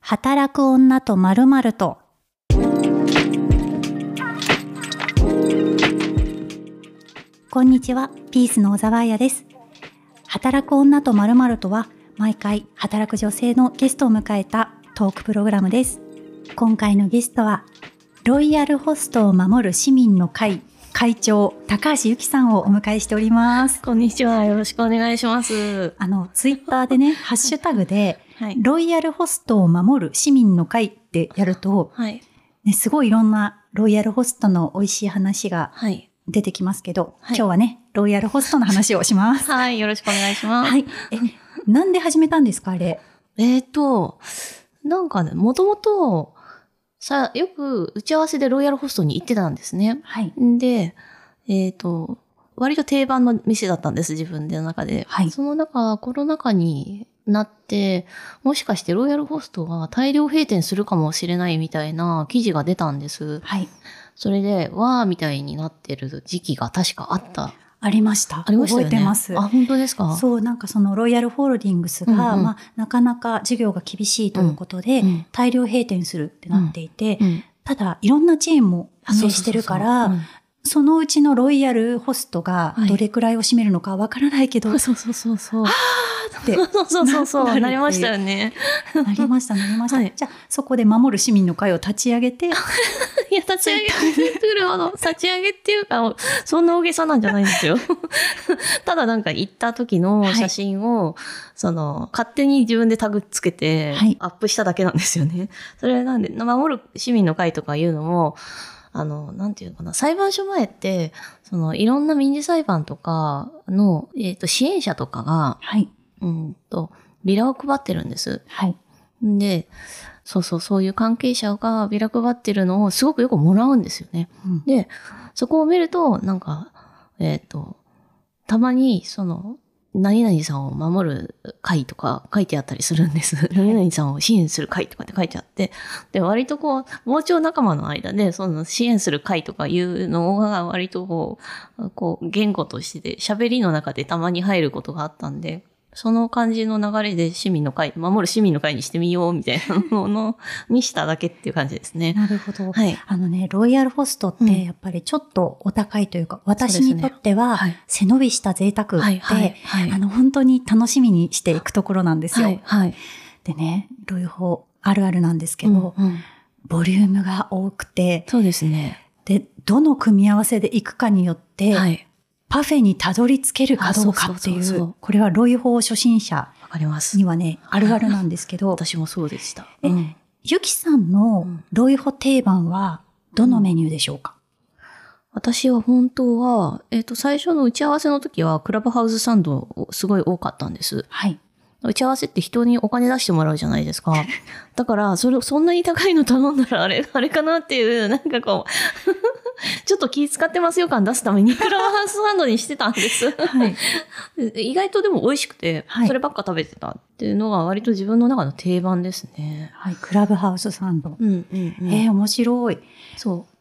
働く女とまるまると。こんにちは、ピースの小沢彩です。働く女とまるまるとは、毎回働く女性のゲストを迎えたトークプログラムです。今回のゲストは、ロイヤルホストを守る市民の会会長、高橋由紀さんをお迎えしております。こんにちは。よろしくお願いします。あの、ツイッターでね、ハッシュタグで、はい。ロイヤルホストを守る市民の会ってやると、はい。ね、すごいいろんなロイヤルホストの美味しい話がはい。出てきますけど、はい今日はね、ロイヤルホストの話をします。 はい。よろしくお願いします。はい。え、なんで始めたんですか、あれ。えっ、ー、と、なんかね、もともと、さ、よく打ち合わせでロイヤルホストに行ってたんですね。はい。んで、えっ、と、割と定番の店だったんです、自分の中で。はいその中、コロナ禍になって、もしかしてロイヤルホストが大量閉店するかもしれないみたいな記事が出たんです。はい。それで、わーみたいになってる時期が確かあったありました。ありましたよね。覚えてます。あ、本当ですかそう、なんかそのロイヤルホールディングスが、うんうんまあ、なかなか事業が厳しいということで、うん大量閉店するってなっていて、うん。ただ、いろんなチェーンもあそう発そ生してうそうそうるから、うんそのうちのロイヤルホストがはいどれくらいを占めるのかわからないけ ど、そうそうそうそうそう。ってそうそうそうそう。なるっていう なりましたよね。 なりました、なりました。はいじゃあ、そこで守る市民の会を立ち上げ て、いや、立ち上げてくるほど、立ち上げっていうか、そんな大げさなんじゃないんです よ。ただなんか行った時の写真を、その、勝手に自分でタグつけてはい、アップしただけなんですよね。それなんで、守る市民の会とかいうのも、あの、なんていうのかな、裁判所前って、その、いろんな民事裁判とかの、えっ、と、支援者とかが、はい、うんと、ビラを配ってるんです。はい、で、そうそう、そういう関係者がビラ配ってるのをすごくよくもらうんですよね。うんで、そこを見ると、なんか、えっ、と、たまに、その、何々さんを守る会とか書いてあったりするんです。何々さんを支援する会とかって書いてあって。で、割とこう、傍聴仲間の間で、その支援する会とかいうのが割とこう、こう、言語としてで、喋りの中でたまに入ることがあったんで、その感じの流れで市民の会、守る市民の会にしてみようみたいなものにしただけっていう感じですね。なるほど。はい。あのね、ロイヤルホストっうんてやっぱりちょっとお高いというか、私そうですにねとってははい背伸びした贅沢で、はい、はい、はい。あの本当に楽しみにしていくところなんですよ。はい、はい。でね、ロイホあるあるなんですけど、うんうんボリュームが多くて、そうですね。で、どの組み合わせで行くかによって、はい。パフェにたどり着けるかどうかっていう、あそうそうそうそうこれはロイホ初心者わかりますに。はね、あるあるなんですけ ど、私もそうでした。えうんゆきさんのロイホ定番はどのメニューでしょうか、私は本当は、えっ、と、最初の打ち合わせの時は、クラブハウスサンドをすごい多かったんです。はい。打ち合わせって人にお金出してもらうじゃな いですか。だから、それ、そんなに高いの頼んだら、あれ、あれかなっていう、なんかこう、 ちょっと気使ってますよ感出すために、クラブハウスサンドにしてたんです。はい。意外とでも美味しくて、はいそればっか食べてたっていうのが割と自分の中の定番ですね。はい、クラブハウスサンド。うんうんうんえー、面白い。そう。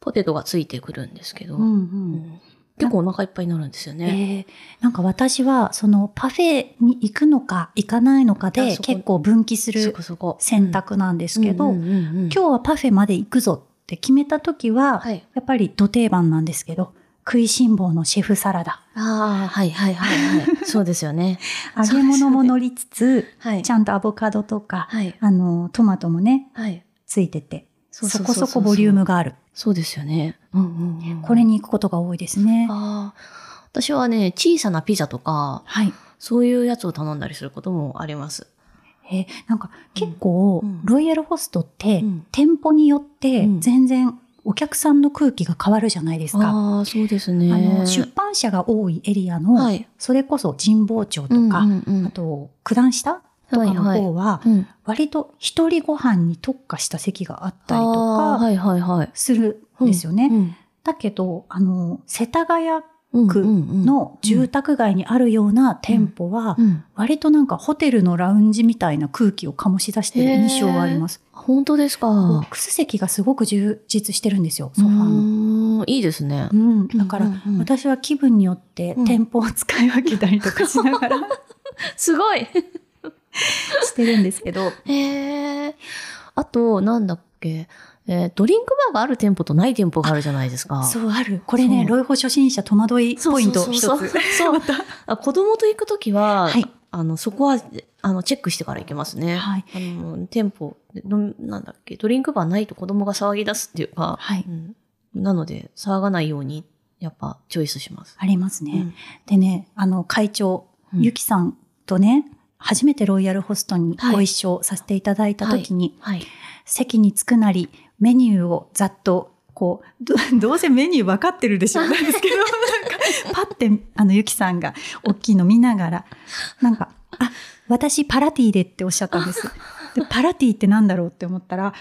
ポテトがついてくるんですけど、うんう。うんん結構お腹いっぱいになるんですよえね。ーなんか私は、そのパフェに行くのか行かないのかあでそこ結構分岐すそるこそこ。選択なんですけど、うんうんうんうん今日はパフェまで行くぞって決めた時は、はい。やっぱり土定番なんですけど、食いしん坊のシェフサラダ。ああ、はいはいはい はい。そうですよね。揚げ物も乗りつつ、はい。ちゃんとアボカドとか、はい。あの、トマトもね、はい。ついてて、そそうううこうそこボリューム。がある。そうですよね。うんうんうん。これに行くことが多いですね。ああ。私はね、小さなピザとか、はい。そういうやつを頼んだりすることもあります。えーなんか結構、うんうんロイヤルホストって、うん店舗によってうん全然お客さんの空気が変わるじゃないですか。ああ、そうですね。あの出版社が多いエリアの、はい。それこそ神保町とか、うんうんうんあと九段下とかのはいはい方は、うん割と一人ご飯に特化した席があったりとあーかはいはいはい。するんですよね。うんだけど、あの、世田谷うん区うんうんの住宅街にあるような店舗は、うん割となんかホテルのラウンジみたいな空気を醸し出してる印象があります。本当ですか。ボックス席がすごく充実してるんですよ、うソファーの。ーんいいですねう。ん、だから、うんうんうん私は気分によってうん 店舗を使い分けたりとかしながら、すごい。してるんですけど、へえ。あと、なんだっけ、えードリンクバーがある店舗とない店舗があるじゃないですか。そうある。これね、そロイホ初心者戸惑いポイント一つ。そうそうそ うそうあ子供と行くときは、はいあの、そこは、あの、チェックしてから行けますね。はい。あの、店舗、のなんだっけ、ドリンクバーないと子供が騒ぎ出すっていうか、はいうんなので、騒がないように、やっぱ、チョイスします。ありますね。でね、あの、会長、うんゆきさんとね、初めてロイヤルホストにはいご一緒させていただいた時に、はい。席に着くなり、メニューをざっと、こう、ど どうせメニュー分かってるでしょうなんですけ ど、なんか、パッて、あの、ゆきさんが大きいの見ながら、なんか、あ、私パラティでっておっしゃったんです。で、パラティってなんだろうって思ったら、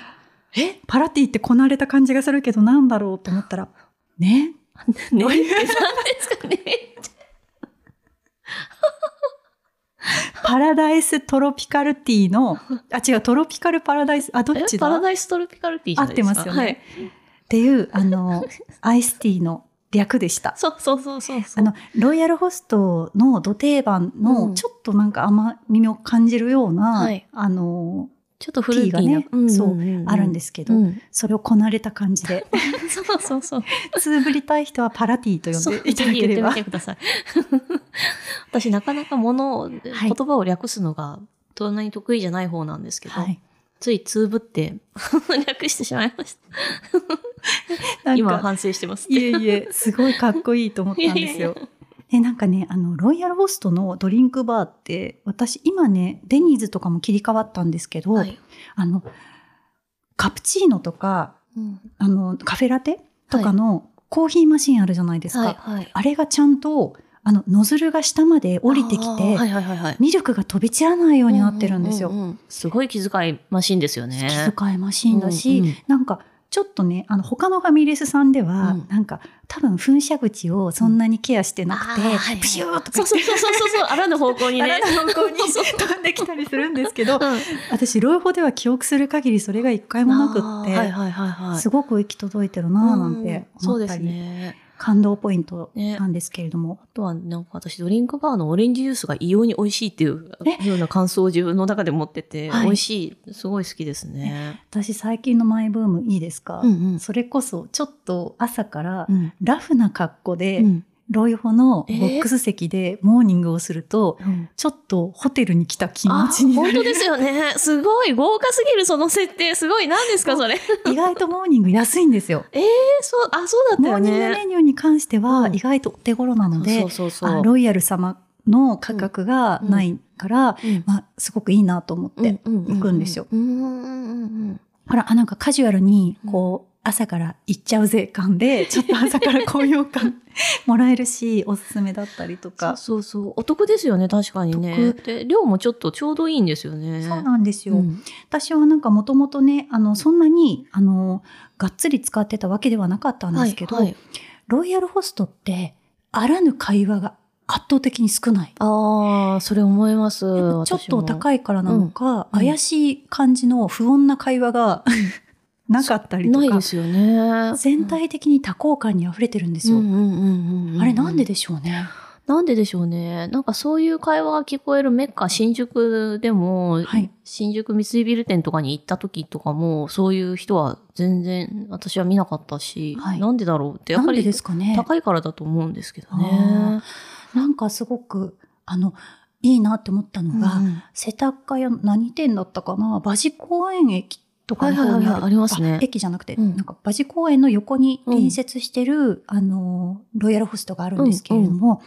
えパラティってこなれた感じがするけどなんだろうって思ったら、ねね、なんですかね。パラダイストロピカルティーの、あ、違う、トロピカルパラダイス、 あ、どっちえだパラっダイストロピカルティーじゃないですか。合ってますよねていう、あの、アイスティーの略でした。 そうそうそうそうそあう。の、ロイヤルホストの土定番うの、んちょっとなんか甘みを感じるような、はいあの、ちょっと古いティーなティーがねそうあるんですすけど、それをこなれた感じで、 そうそうそう。つぶりたい人はパラティーとそう 呼んでいただければぜひ言ってみ。てください。 私、なかなかものを、言葉を略すのが、そんなに得意じゃない方なんですけど、はい。ついつぶって、 略してしまいました。なんか今は反省してます。いえいえ、すごいかっこいいと思ったんですよ。で、なんかね、あの、ロイヤルホストのドリンクバーって、私今ね、デニーズとかも切り替わったんですけど、はい。あの、カプチーノとか、あの、カフェラテとかのコーヒーマシンあるじゃないですか。はい、はい。あれがちゃんと、あの、ノズルが下まで降りてきあて、ーはいはいはいはい。ミルクが飛び散らないようになってるんですよ。ううううんすごい気遣いマシンですよね。気遣いマシンだし、うんうんなんかちょっとねあの他のファミレスさんでは、うんなんか多分噴射口をそんなにケアしてなくて、うんあーはいプシューとかそ言うっそうてそうそうそう、あらぬ方向にあら。ねぬ方向に そうそう飛んできたりするんですけ どうん私ロイホでは記憶する限りそれが一回もなくって、あーはいはいはいはい。すごく行き届いてるなぁなんてそう思っでたすり、ね。感動ポイントねなんですけれども、あとは、なんか私、ドリンクバーのオレンジジュースが異様に美味しいっていうえような感想を自分の中で持ってて、はい美味しい、すごい好きですね。私最近のマイブームいいですか、うんうんそれこそちょっと朝からうんラフな格好で、うんロイホのボックス席でモーニングをすると、うんちょっとホテルに来た気持あちにな本当る。ですよね。すごい豪華すぎるその設定。すごい何ですかそれ。え意外とモーニング安いんですよ。そうあそうだったモーよニングね。メニューに関してはうん意外とお手頃なので、そうそうそうあそう。ロイヤル様の価格がないから、うんまあ、すごくいいなと思って。行くんですよ。うんうんうんうんほら、あなんかカジュアルに、こう、朝から行っちゃうぜ感で、ちょっと朝から高揚感 もらえるし、おすすめだったりとそうか。そそうそう。お得ですよね、確かにね。得で、量もちょっとちょうどいいんですよね。うでなんですよ。私はなんかもともとね、あの、そんなに、あの、がっつり使ってたわけではなかったんですけど、はいはいロイヤルホストって、あらぬ会話が圧倒的に少ない。ああ、それ思います。ちやっょぱちょっとい。高いからなのか、うんうん怪しい感じの不穏な会話 がなかったりとないかで、すよね。全体的に多幸感に溢れてるんですうよ。んうんうんうんうん。あれなんででしょうね。なんででしょうね。なんかそういう会話が聞こえるメッカ、新宿でも、はい新宿三井ビル店とかに行った時とかも、そういう人は全然私は見なかったし、はいなんでだろうって、やなっぱんでりですかね。高いからだと思うんですけどねあ。なんかすごく、あの、いいなって思ったのが、うんうん世田谷何店だったかな馬事公園駅とかの方にある、はいはいはいはいありますね駅じゃなくて、うんなんか馬事公園の横にうん隣接してる、あのロイヤルホストがあるんですけれども、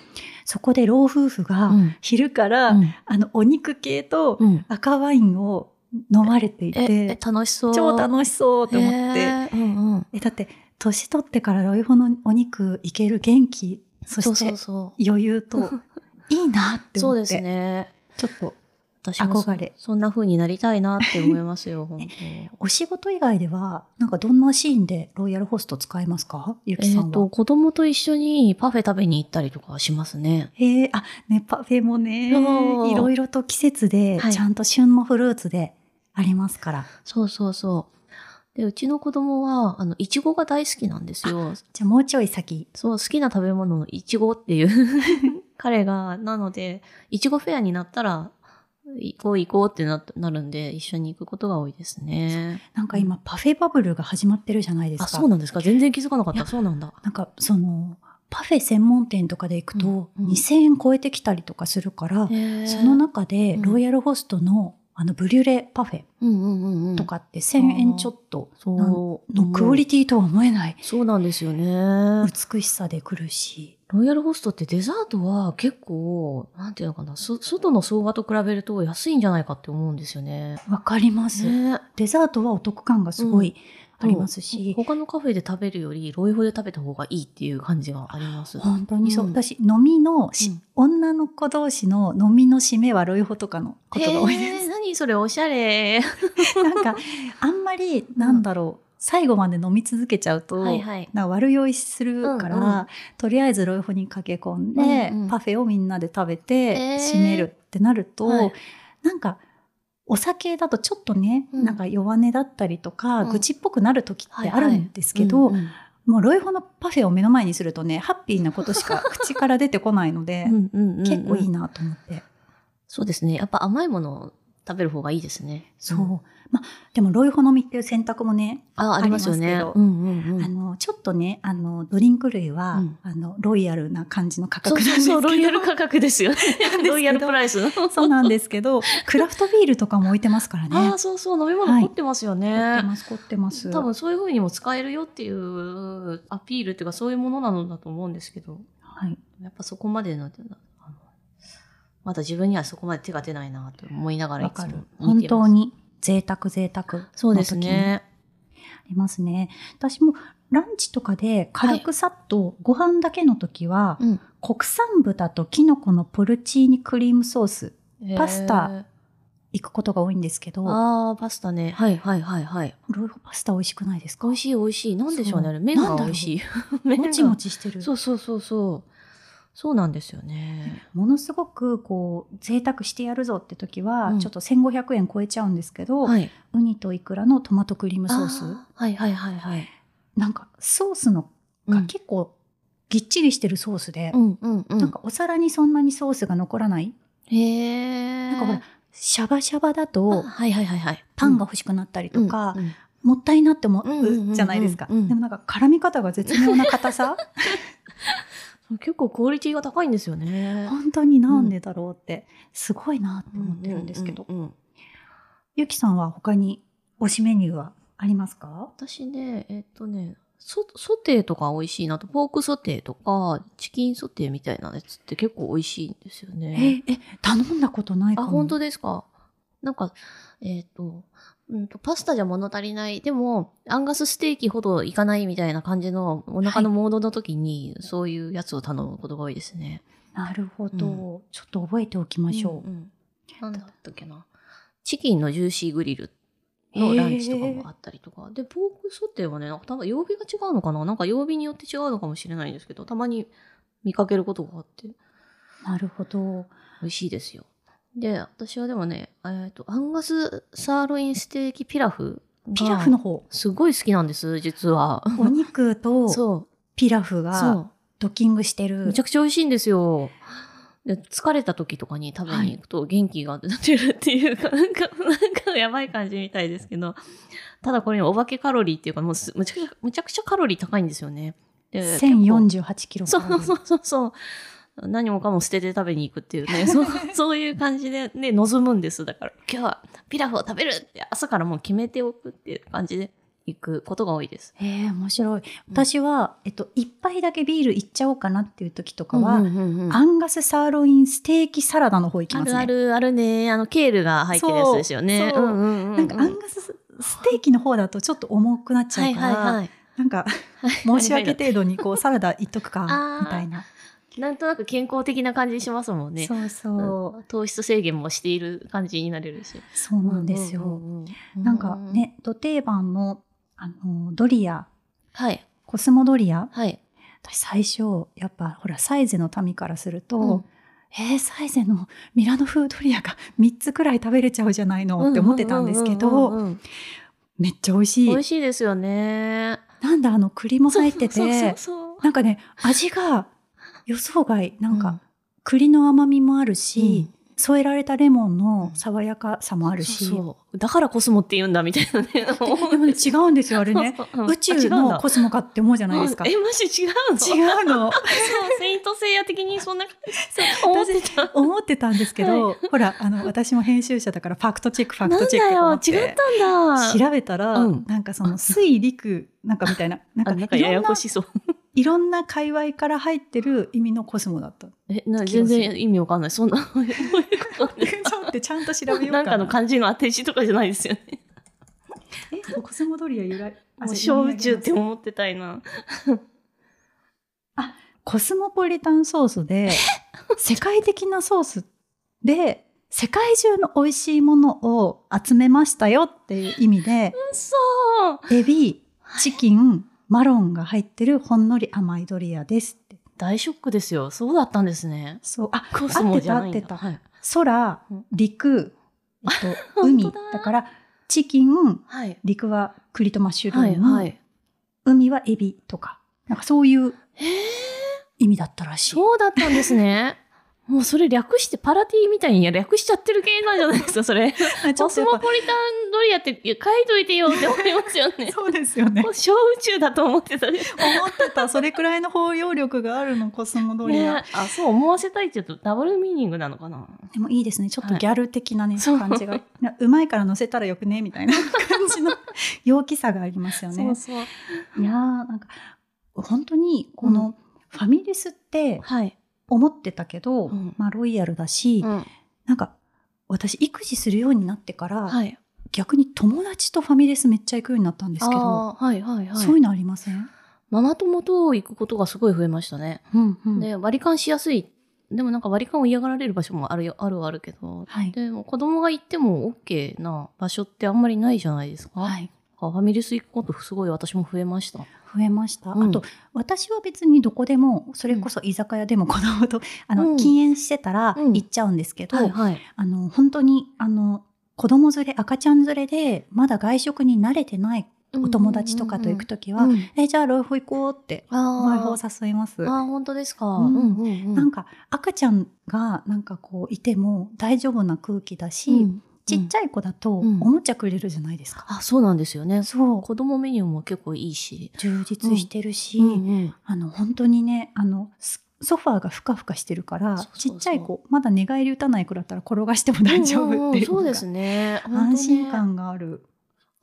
そこで老夫婦がうん昼から、うんあのお肉系とうん赤ワインを飲まれていえ、えて、楽しそう。超楽しそうと思って、へーうんうん、えだって年取ってからロイホのお肉いける元気そそうしそうて そう。余裕といいなってそう思でっすて、ね。ちょっと私もそ憧れそんな風になりたいなって思います よ、本当に。お仕事以外では、なんかどんなシーンでロイヤルホスト使えますかゆきえっ、さんと、は。子供と一緒にパフェ食べに行ったりとかはしますね。えー、あ、ね、パフェもね、いそうろいろと季節で、はいちゃんと旬のフルーツでありますから。そうそうそう。で、うちの子供は、あの、いちごが大好きなんですよ。じゃあもうちょい先。そう、好きな食べ 物のいちごっていう彼が、なので、いちごフェアになったら、行こう行こうってななるんで、一緒に行くことが多いですね。なんか今パフェバブルが始まってるじゃないですか。あ、そうなんですか全然気づかなかっいた。やそうなんだ。なんかそのパフェ専門店とかで行くとうんうん2000円超えてきたりとかするから、そその中でうんロイヤルホストのあのブリュレパフェうんうんうんうん。とかって1000円ちょっとそう。のクオリティ。ティとは思えないそうなんですよね。美しさで来るし、ロイヤルホストってデザートは結構、なんていうのかな、そ外の相場と比べると安いんじゃないかって思うんですよね。わかります、ねデザートはお得感がすごいありますし、他のカフェで食べるより、ロイホで食べた方がいいっていう感じがあります。本当にそう、うん私飲みのし、うん女の子同士の飲みの締めはロイホとかのことが多いですえー何それおしゃれ。 なんかあんまりなんだろう、最後まで飲み続けちゃうと、はいはいなんか悪酔いするから、うんうとりあえずロイホに駆け込んで、うんうんパフェをみんなで食べてえー締めるってなると、はいなんかお酒だとちょっとね、うんなんか弱音だったりとか、うん愚痴っぽくなる時ってあるんですけど、うんうんもうロイホのパフェを目の前にするとねハッピーなことし か口から出てこないので、うんうんうん結構いいなと思って。そうですね。やっぱ甘いものを食べる方がいいですね。そう、まあでもロイホ飲みっていう選択もねあ、ありますよありねま。すけどうんうんうんあのちょっとねあのドリンク類は、うんあのロイヤルな感じの価そう格なんですけそう、どロイヤル価格ですよね。ロイヤルプライス。そうなんですけ どクラフトビールとかも置いてますからね。ああ、そうそう、飲み物凝ってますよ凝ってね。ます凝ってます。多分そういうふうにも使えるよっていうアピールっていうかそういうものなのだと思うんですけど、はい。やっぱそこまでの、あのまだ自分にはそこまで手が出ないなと思いながらわいつかもる。見本てます当。に贅沢贅沢の時そうですにね。ありますね。私もランチとかで軽くさっとご飯だけの時は、うん国産豚とキノコのポルチーニクリームソースパスタえー行くことが多いんですけど、ああ、パスタね。はいはいはいはい。ロイホパスタ美味しくないですか美？味しい美味しい。なんでしょうそね。うあれ麺が美味しい。 麺がもちもちしてる。そうそうそうそう。そうなんですよね。ものすごくこう贅沢してやるぞって時は、うんちょっと1500円超えちゃうんですけど、はい。ウニとイクラのトマトクリームソースあーはいはいはいはい。なんかソースのうがん結構ぎっちりしてるソースで、うんうんうなんん。かお皿にそんなにソースが残らないへえ。なんかほらシャバシャバだあとはいはいはいはい。パンが欲しくなったりとか、うんうんもったいなって思うんうんうんううんじゃないですか、うんでもなんか絡み方が絶妙な硬 さうん結構クオリティが高いんですよね。本当になんでだろうってすごいなって思ってるんですけど、うんうんうんうんゆきさんは他に推しメニューはありますか私ね、えっとね、ソソテーとか美味しいなと、ポークソテーとか、チキンソテーみたいなやつって結構美味しいんですよね。え、え、頼んだことないかあ、も。本当ですか。なんか、えっと、うんと、パスタじゃ物足りない。でも、アンガスステーキほどいかないみたいな感じの、お腹のモードの時に、そういうやつを頼むことが多いですね。なるほど、うちょっと覚えておきましょう。んんなんだったっけな。チキンのジューシーグリルのランチとかもあったりとか。で、ポークソテーはね、なんか多分曜日が違うのかななんか曜日によって違うのかもしれないんですけど、たまに見かけることがあって、なるほど。美味しいですよ。で、私はでもね、えっ、と、アンガスサーロインステーキピラフが。ピラフの方、すごい好きなんです、実は。お肉とそう。ピラフそがう。ドッキングしてるめち。ゃくちゃ美味しいんですよ。で疲れた時とかに食べに行くと元気が出るっていうか、 なんか、なんかやばい感じみたいですけど、ただこれお化けカロリーっていうか、もうすむちゃくちゃ、むちゃくちゃカロリー高いんですよね。で結1048キロ構カそロリーうそうそうそう。何もかも捨てて食べに行くっていう ね、そうそういう感じでね、望むんです。だから今日はピラフを食べるって朝からもう決めておくっていう感じで行くことが多いです。へえ面白い。私は、えっと、一杯だけビールいっちゃおうかなっていう時とかは、うんうんうんうんアンガスサーロインステーキサラダの方行きあまするね。あるあるね。あの、ケールが入ってるやつですよね。そうそうんうんうんなんかアンガスステーキの方だとちょっと重くなっちゃはういから、はいはい。なんか申し訳程度にこうサラダいっとくかあーみたいな。なんとなく健康的な感じしますもんね。そうそう。糖質制限もしている感じになれるし。そうなんですよ。ううううなんか。ね、ド定番の、あの、ドリア、はい。コスモドリア、はい。私最初、やっぱほら、サイゼの民からすると、うんえーサイゼのミラノ風ドリアが3つくらい食べれちゃうじゃないのって思ってたんですけうんうんど、うんうん。めっちゃ美味し美い味。しいですよね。なんだ、あの、栗も入ってそうそうて、そう。なんかね、味が予想外、なんうんか、栗の甘みもあるし、添えられたレモンの爽やかさもあるし、そうそうだからコスモって言うんだみたいなね。 でもね違うんですよあれね そうそううん宇宙のコスモかって思うじゃないですかあ違うんだうんえ、マジ違うの違うのそう、セイントセイヤ的にそんな感じ。 思ってた。思ってたんですけど、ほらあの私も編集者だからファクトチェックファクトチェックと思なっんだよ、違ってたんだ。調べたら、うんなんかそ の水陸なんかみたいなあなんなんかかいやろやんなこしそう。いろんな界隈から入ってる意味のコスモだった。 え、な全然意味わかんない。そんな、どういうことちょっとちゃんと調べようかな。なんかの漢字の当て字とかじゃないですよね。え、コスモドリア由来。あ もうじゃあ小宇宙って読み上げます思ってたいな。コスモポリタンソースで、世界的なソースで、世界中の美味しいものを集めましたよっていう意味で、そうエビ、チキン、マロンが入ってるほんのり甘いドリアですって。大ショックですよ。そうだったんですね。そう。あ、コスモじゃないんだ合ってた合ってたはい。空うん、陸、えっと、本海当だだから、チキン、はい。陸は栗とマッシュルはーい。ム、はい。海はエビとか、なんかそういうへー意味だったらしい。そうだったんですね。 もうそれ略して、パラティみたいに略しちゃってる系なんじゃないですか、そ れ。ちょコっとスやモっポリタンドリアって書いといてよって思いますよぱね。そうですよねも。う小宇宙だと思ってたね。思ってた、それくらいの包容力があるの、コスモドリア。ねあ、そう思わせたいって言うとダブルミーニングなのかな。でもいいですね。ちょっとはいギャル的なね、そう感じが。なうまいから乗せたらよくね、みたいな感じの陽気さがありますよね。そう。いやー、なんか、本当に、この、ファミレスってはい。思ってたけど、うんまあロイヤルだし、ん、なんか私育児するようになってから、はい。逆に友達とファミレスめっちゃ行くようになったんですけど、あーはいはいはい。そういうのありません、ママ友と行くことがすごい増えましたね。うんうんで、割り勘しやすい。でもなんか割り勘を嫌がられる場所もあるよ、あるはあるけど。はい、でも子供が行っても OK な場所ってあんまりないじゃないですか。はい、ファミレス行くことすごい私も増えました。増えました、うあんと私は別にどこでもそれこそ居酒屋でも子供と、 あの、うん禁煙してたらうん行っちゃうんですけど、はい。あの本当にあの子供連れ赤ちゃん連れでまだ外食に慣れてないお友達とかと行くときは、うんえじゃあロイホ行こうってロイホあを誘います。あ、本当ですか。うんうんなんか赤ちゃんがなんかこういても大丈夫な空気だし、うんちっちゃい子だとおうんもちゃくれるじゃないですか。あ、そうなんですよね。そう子供メニューも結構いいし。充実してるし、うんあの本当にねあのスソファーがふかふかしてるからそうそうちそうっちゃい子まだ寝返り打たない子だったら転がしても大丈夫っていうそうのがですね。本当ね安心。感がある。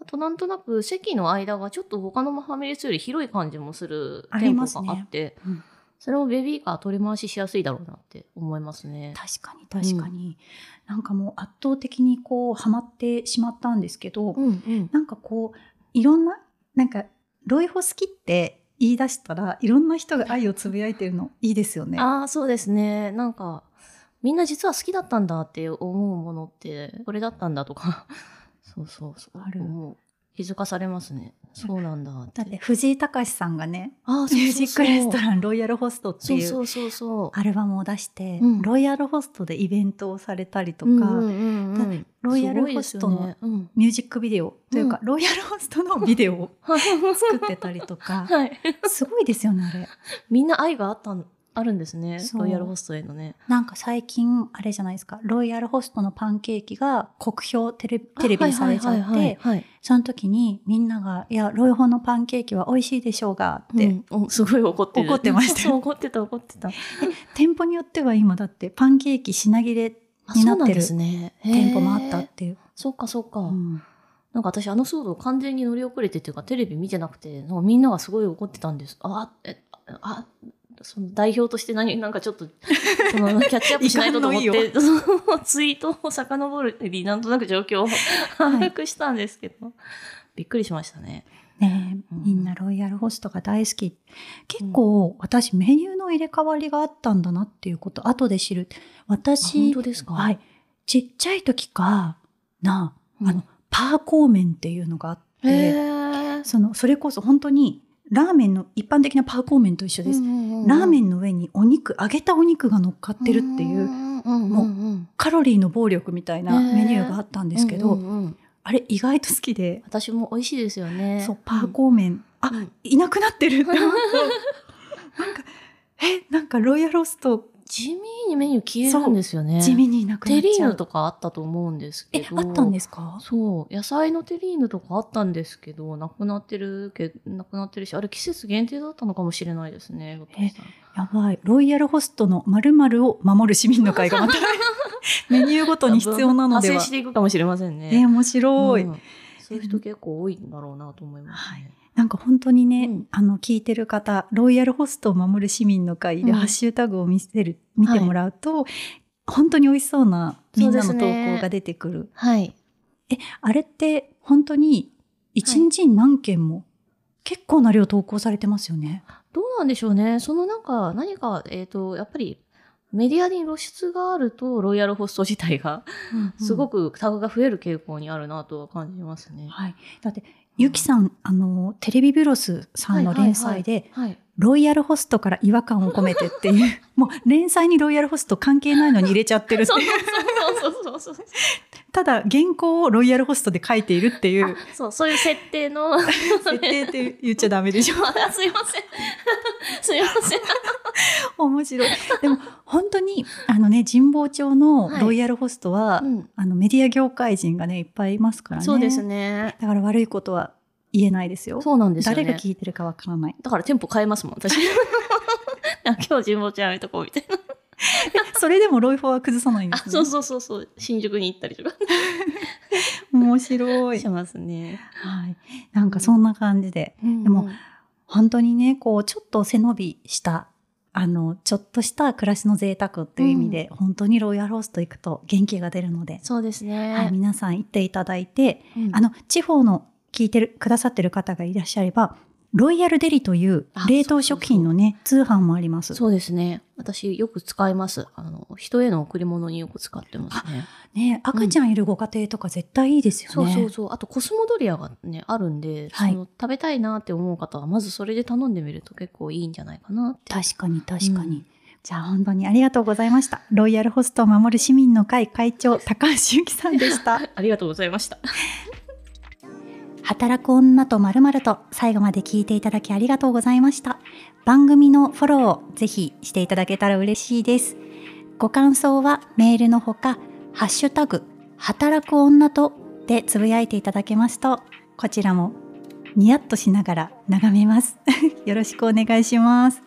あとなんとなく席の間がちょっと他のファミレスより広い感じもするあり店ま舗すねがあって、うんそれをベビーカー取り回ししやすいだろうなって思いますね。確かに確かに、なんかもう圧倒的にこうハマってしまったんですけど、うんうん。なんかこういろんななんかロイホ好きって言い出したらいろんな人が愛をつぶやいてるのいいですよね。ああ、そうですね。なんか、みんな実は好きだったんだって思うものって、これだったんだと か、そうそうそう。あるもう気づかされますね。そうなんだって。だって藤井隆さんがねあミあ、ュージックレストンっランロイヤルホストってそういそううそうそう。アルバムを出して、うんロイヤルホストでイベントをされたりとか、うんうんうんうんロイヤルホストのすごいですよねミュージックビデオというか、ロイヤルホストのビデオをうん、作ってたりと か はい。すごいですよねあれ。みんな愛があったん、あるんですね。そうロイヤルホストへのね。なんか最近あれじゃないですかロイヤルホストのパンケーキが国評テレテレビにされちゃって、はいはいはいはいその時にみんなが「いやロイホのパンケーキは美味しいでしょうが」って、うんおすごい怒ってる怒ってましたよ そうそう怒ってた怒ってた店舗によっては今だってパンケーキ品切れあにそなうっなんてでるすねへー店舗もあったっていう。そうかそうか、うんなんか私あの騒動完全に乗り遅れてっていうかテレビ見てなくてなんかみんながすごい怒ってたんですあえあその代表として何なんかちょっ とそのキャッチアップしないとと思っ遺憾のてそのツイートを遡るりなんとなく状況を把握したんですけど、びっくりしましたね。ねえうんみんなロイヤルホストが大好き。結構私メニューの入れ替わりがあったんだなっていうこと後で知る。あ本私当、ですか、はい、ちっちゃい時かな、うんあのパーコー麺っていうのがあっへて、ーそのそれこそ本当にラーメンの一般的なパーコー麺と一緒です。ラーメンの上にお肉揚げたお肉が乗っかってるっていう、もううカロリーの暴力みたいなへーメニューがあったんですけど、うんうんうんあれ意外と好きで、私も美味しいですよね。そうパーコー麺、あうん いなくなってるって思ってなんかえなんかロイヤルホスト地味にメニュー消えるんですよね。地味になくなっテリーちゃヌう。とかあったと思うんですけえ、ど。あったんですかそう。野菜のテリーヌとかあったんですけど、なくなってるけ、なくなってるし、あれ季節限定だったのかもしれないですね。えやばい。ロイヤルホストの〇〇を守る市民の会がま たメニューごとに必要なのでは発生し。ていくかもしれませんね。え、面白い。うんそういう人結構多いんだろうなと思います、ね。なんか本当にね、うんあの、聞いてる方、ロイヤルホストを守る市民の会でうんハッシュタグを見せる、見てもらうと、本当に美味しそうなみんなのそう投ですね稿が出てくる。はい。あれって本当に一日に何件も、結構な量投稿されてますよね。どうなんでしょうね。そのなんか、何か、えっ、と、やっぱり、メディアに露出があると、ロイヤルホスト自体が、すごく。くタグが増える傾向にあるなとは感じますね。はい。だって、ゆきさん、あの、テレビブロスさんの連載で、 はい。ロイヤルホストから違和感を込めてって いう、もう連載にロイヤルホスト関係ないのに入れちゃってるってそういうそうそうそうそう。ただ原稿をロイヤルホストで書いているっていうあそう、そういう設定 の。設設定って言っちゃダメでしょ すいません。すいません。面白いでも本当にあのね神保町のロイヤルホストは、あのメディア業界人がねいっぱいいますからねそうですね。だから悪いことは言えないですよそうなんですよね。誰が聞いてるかわからないだから店舗変えますもん、 私。なんか今日神保町やめとこうみたいな。それでもロイフォは崩さないんであ、すねそうそうそうそう。新宿に行ったりとか面白い、しますね。はい、なんかそんな感じでででも、本当にねこうちょっと背伸びしたあのちょっとした暮らしの贅沢という意味で、本当にロイヤルホスト行くと元気が出るので、そうですね。はい、皆さん行っていただいて、うんあの地方の聞いてるくださってる方がいらっしゃればロイヤルデリという冷凍食品のね通販もありますそうですね。私よく使います。あの、人への贈り物によく使ってますね。ね赤ちゃんいるご家庭とか絶対いいですよね、そうそうそう。あとコスモドリアがね、あるんで、はいその食べたいなって思う方は、まずそれで頼んでみると結構いいんじゃないかなって。確かに確かに、うんじゃあ本当にありがとうございましたロイヤルホストを守る市民の会会長高橋由紀さんでした ありがとうございました。働く女とまるまると最後まで聞いていただきありがとうございました。番組のフォローをぜひしていただけたら嬉しいです。ご感想はメールのほか、ハッシュタグ、働く女とでつぶやいていただけますと、 こちらもニヤッとしながら眺めます。よろしくお願いします。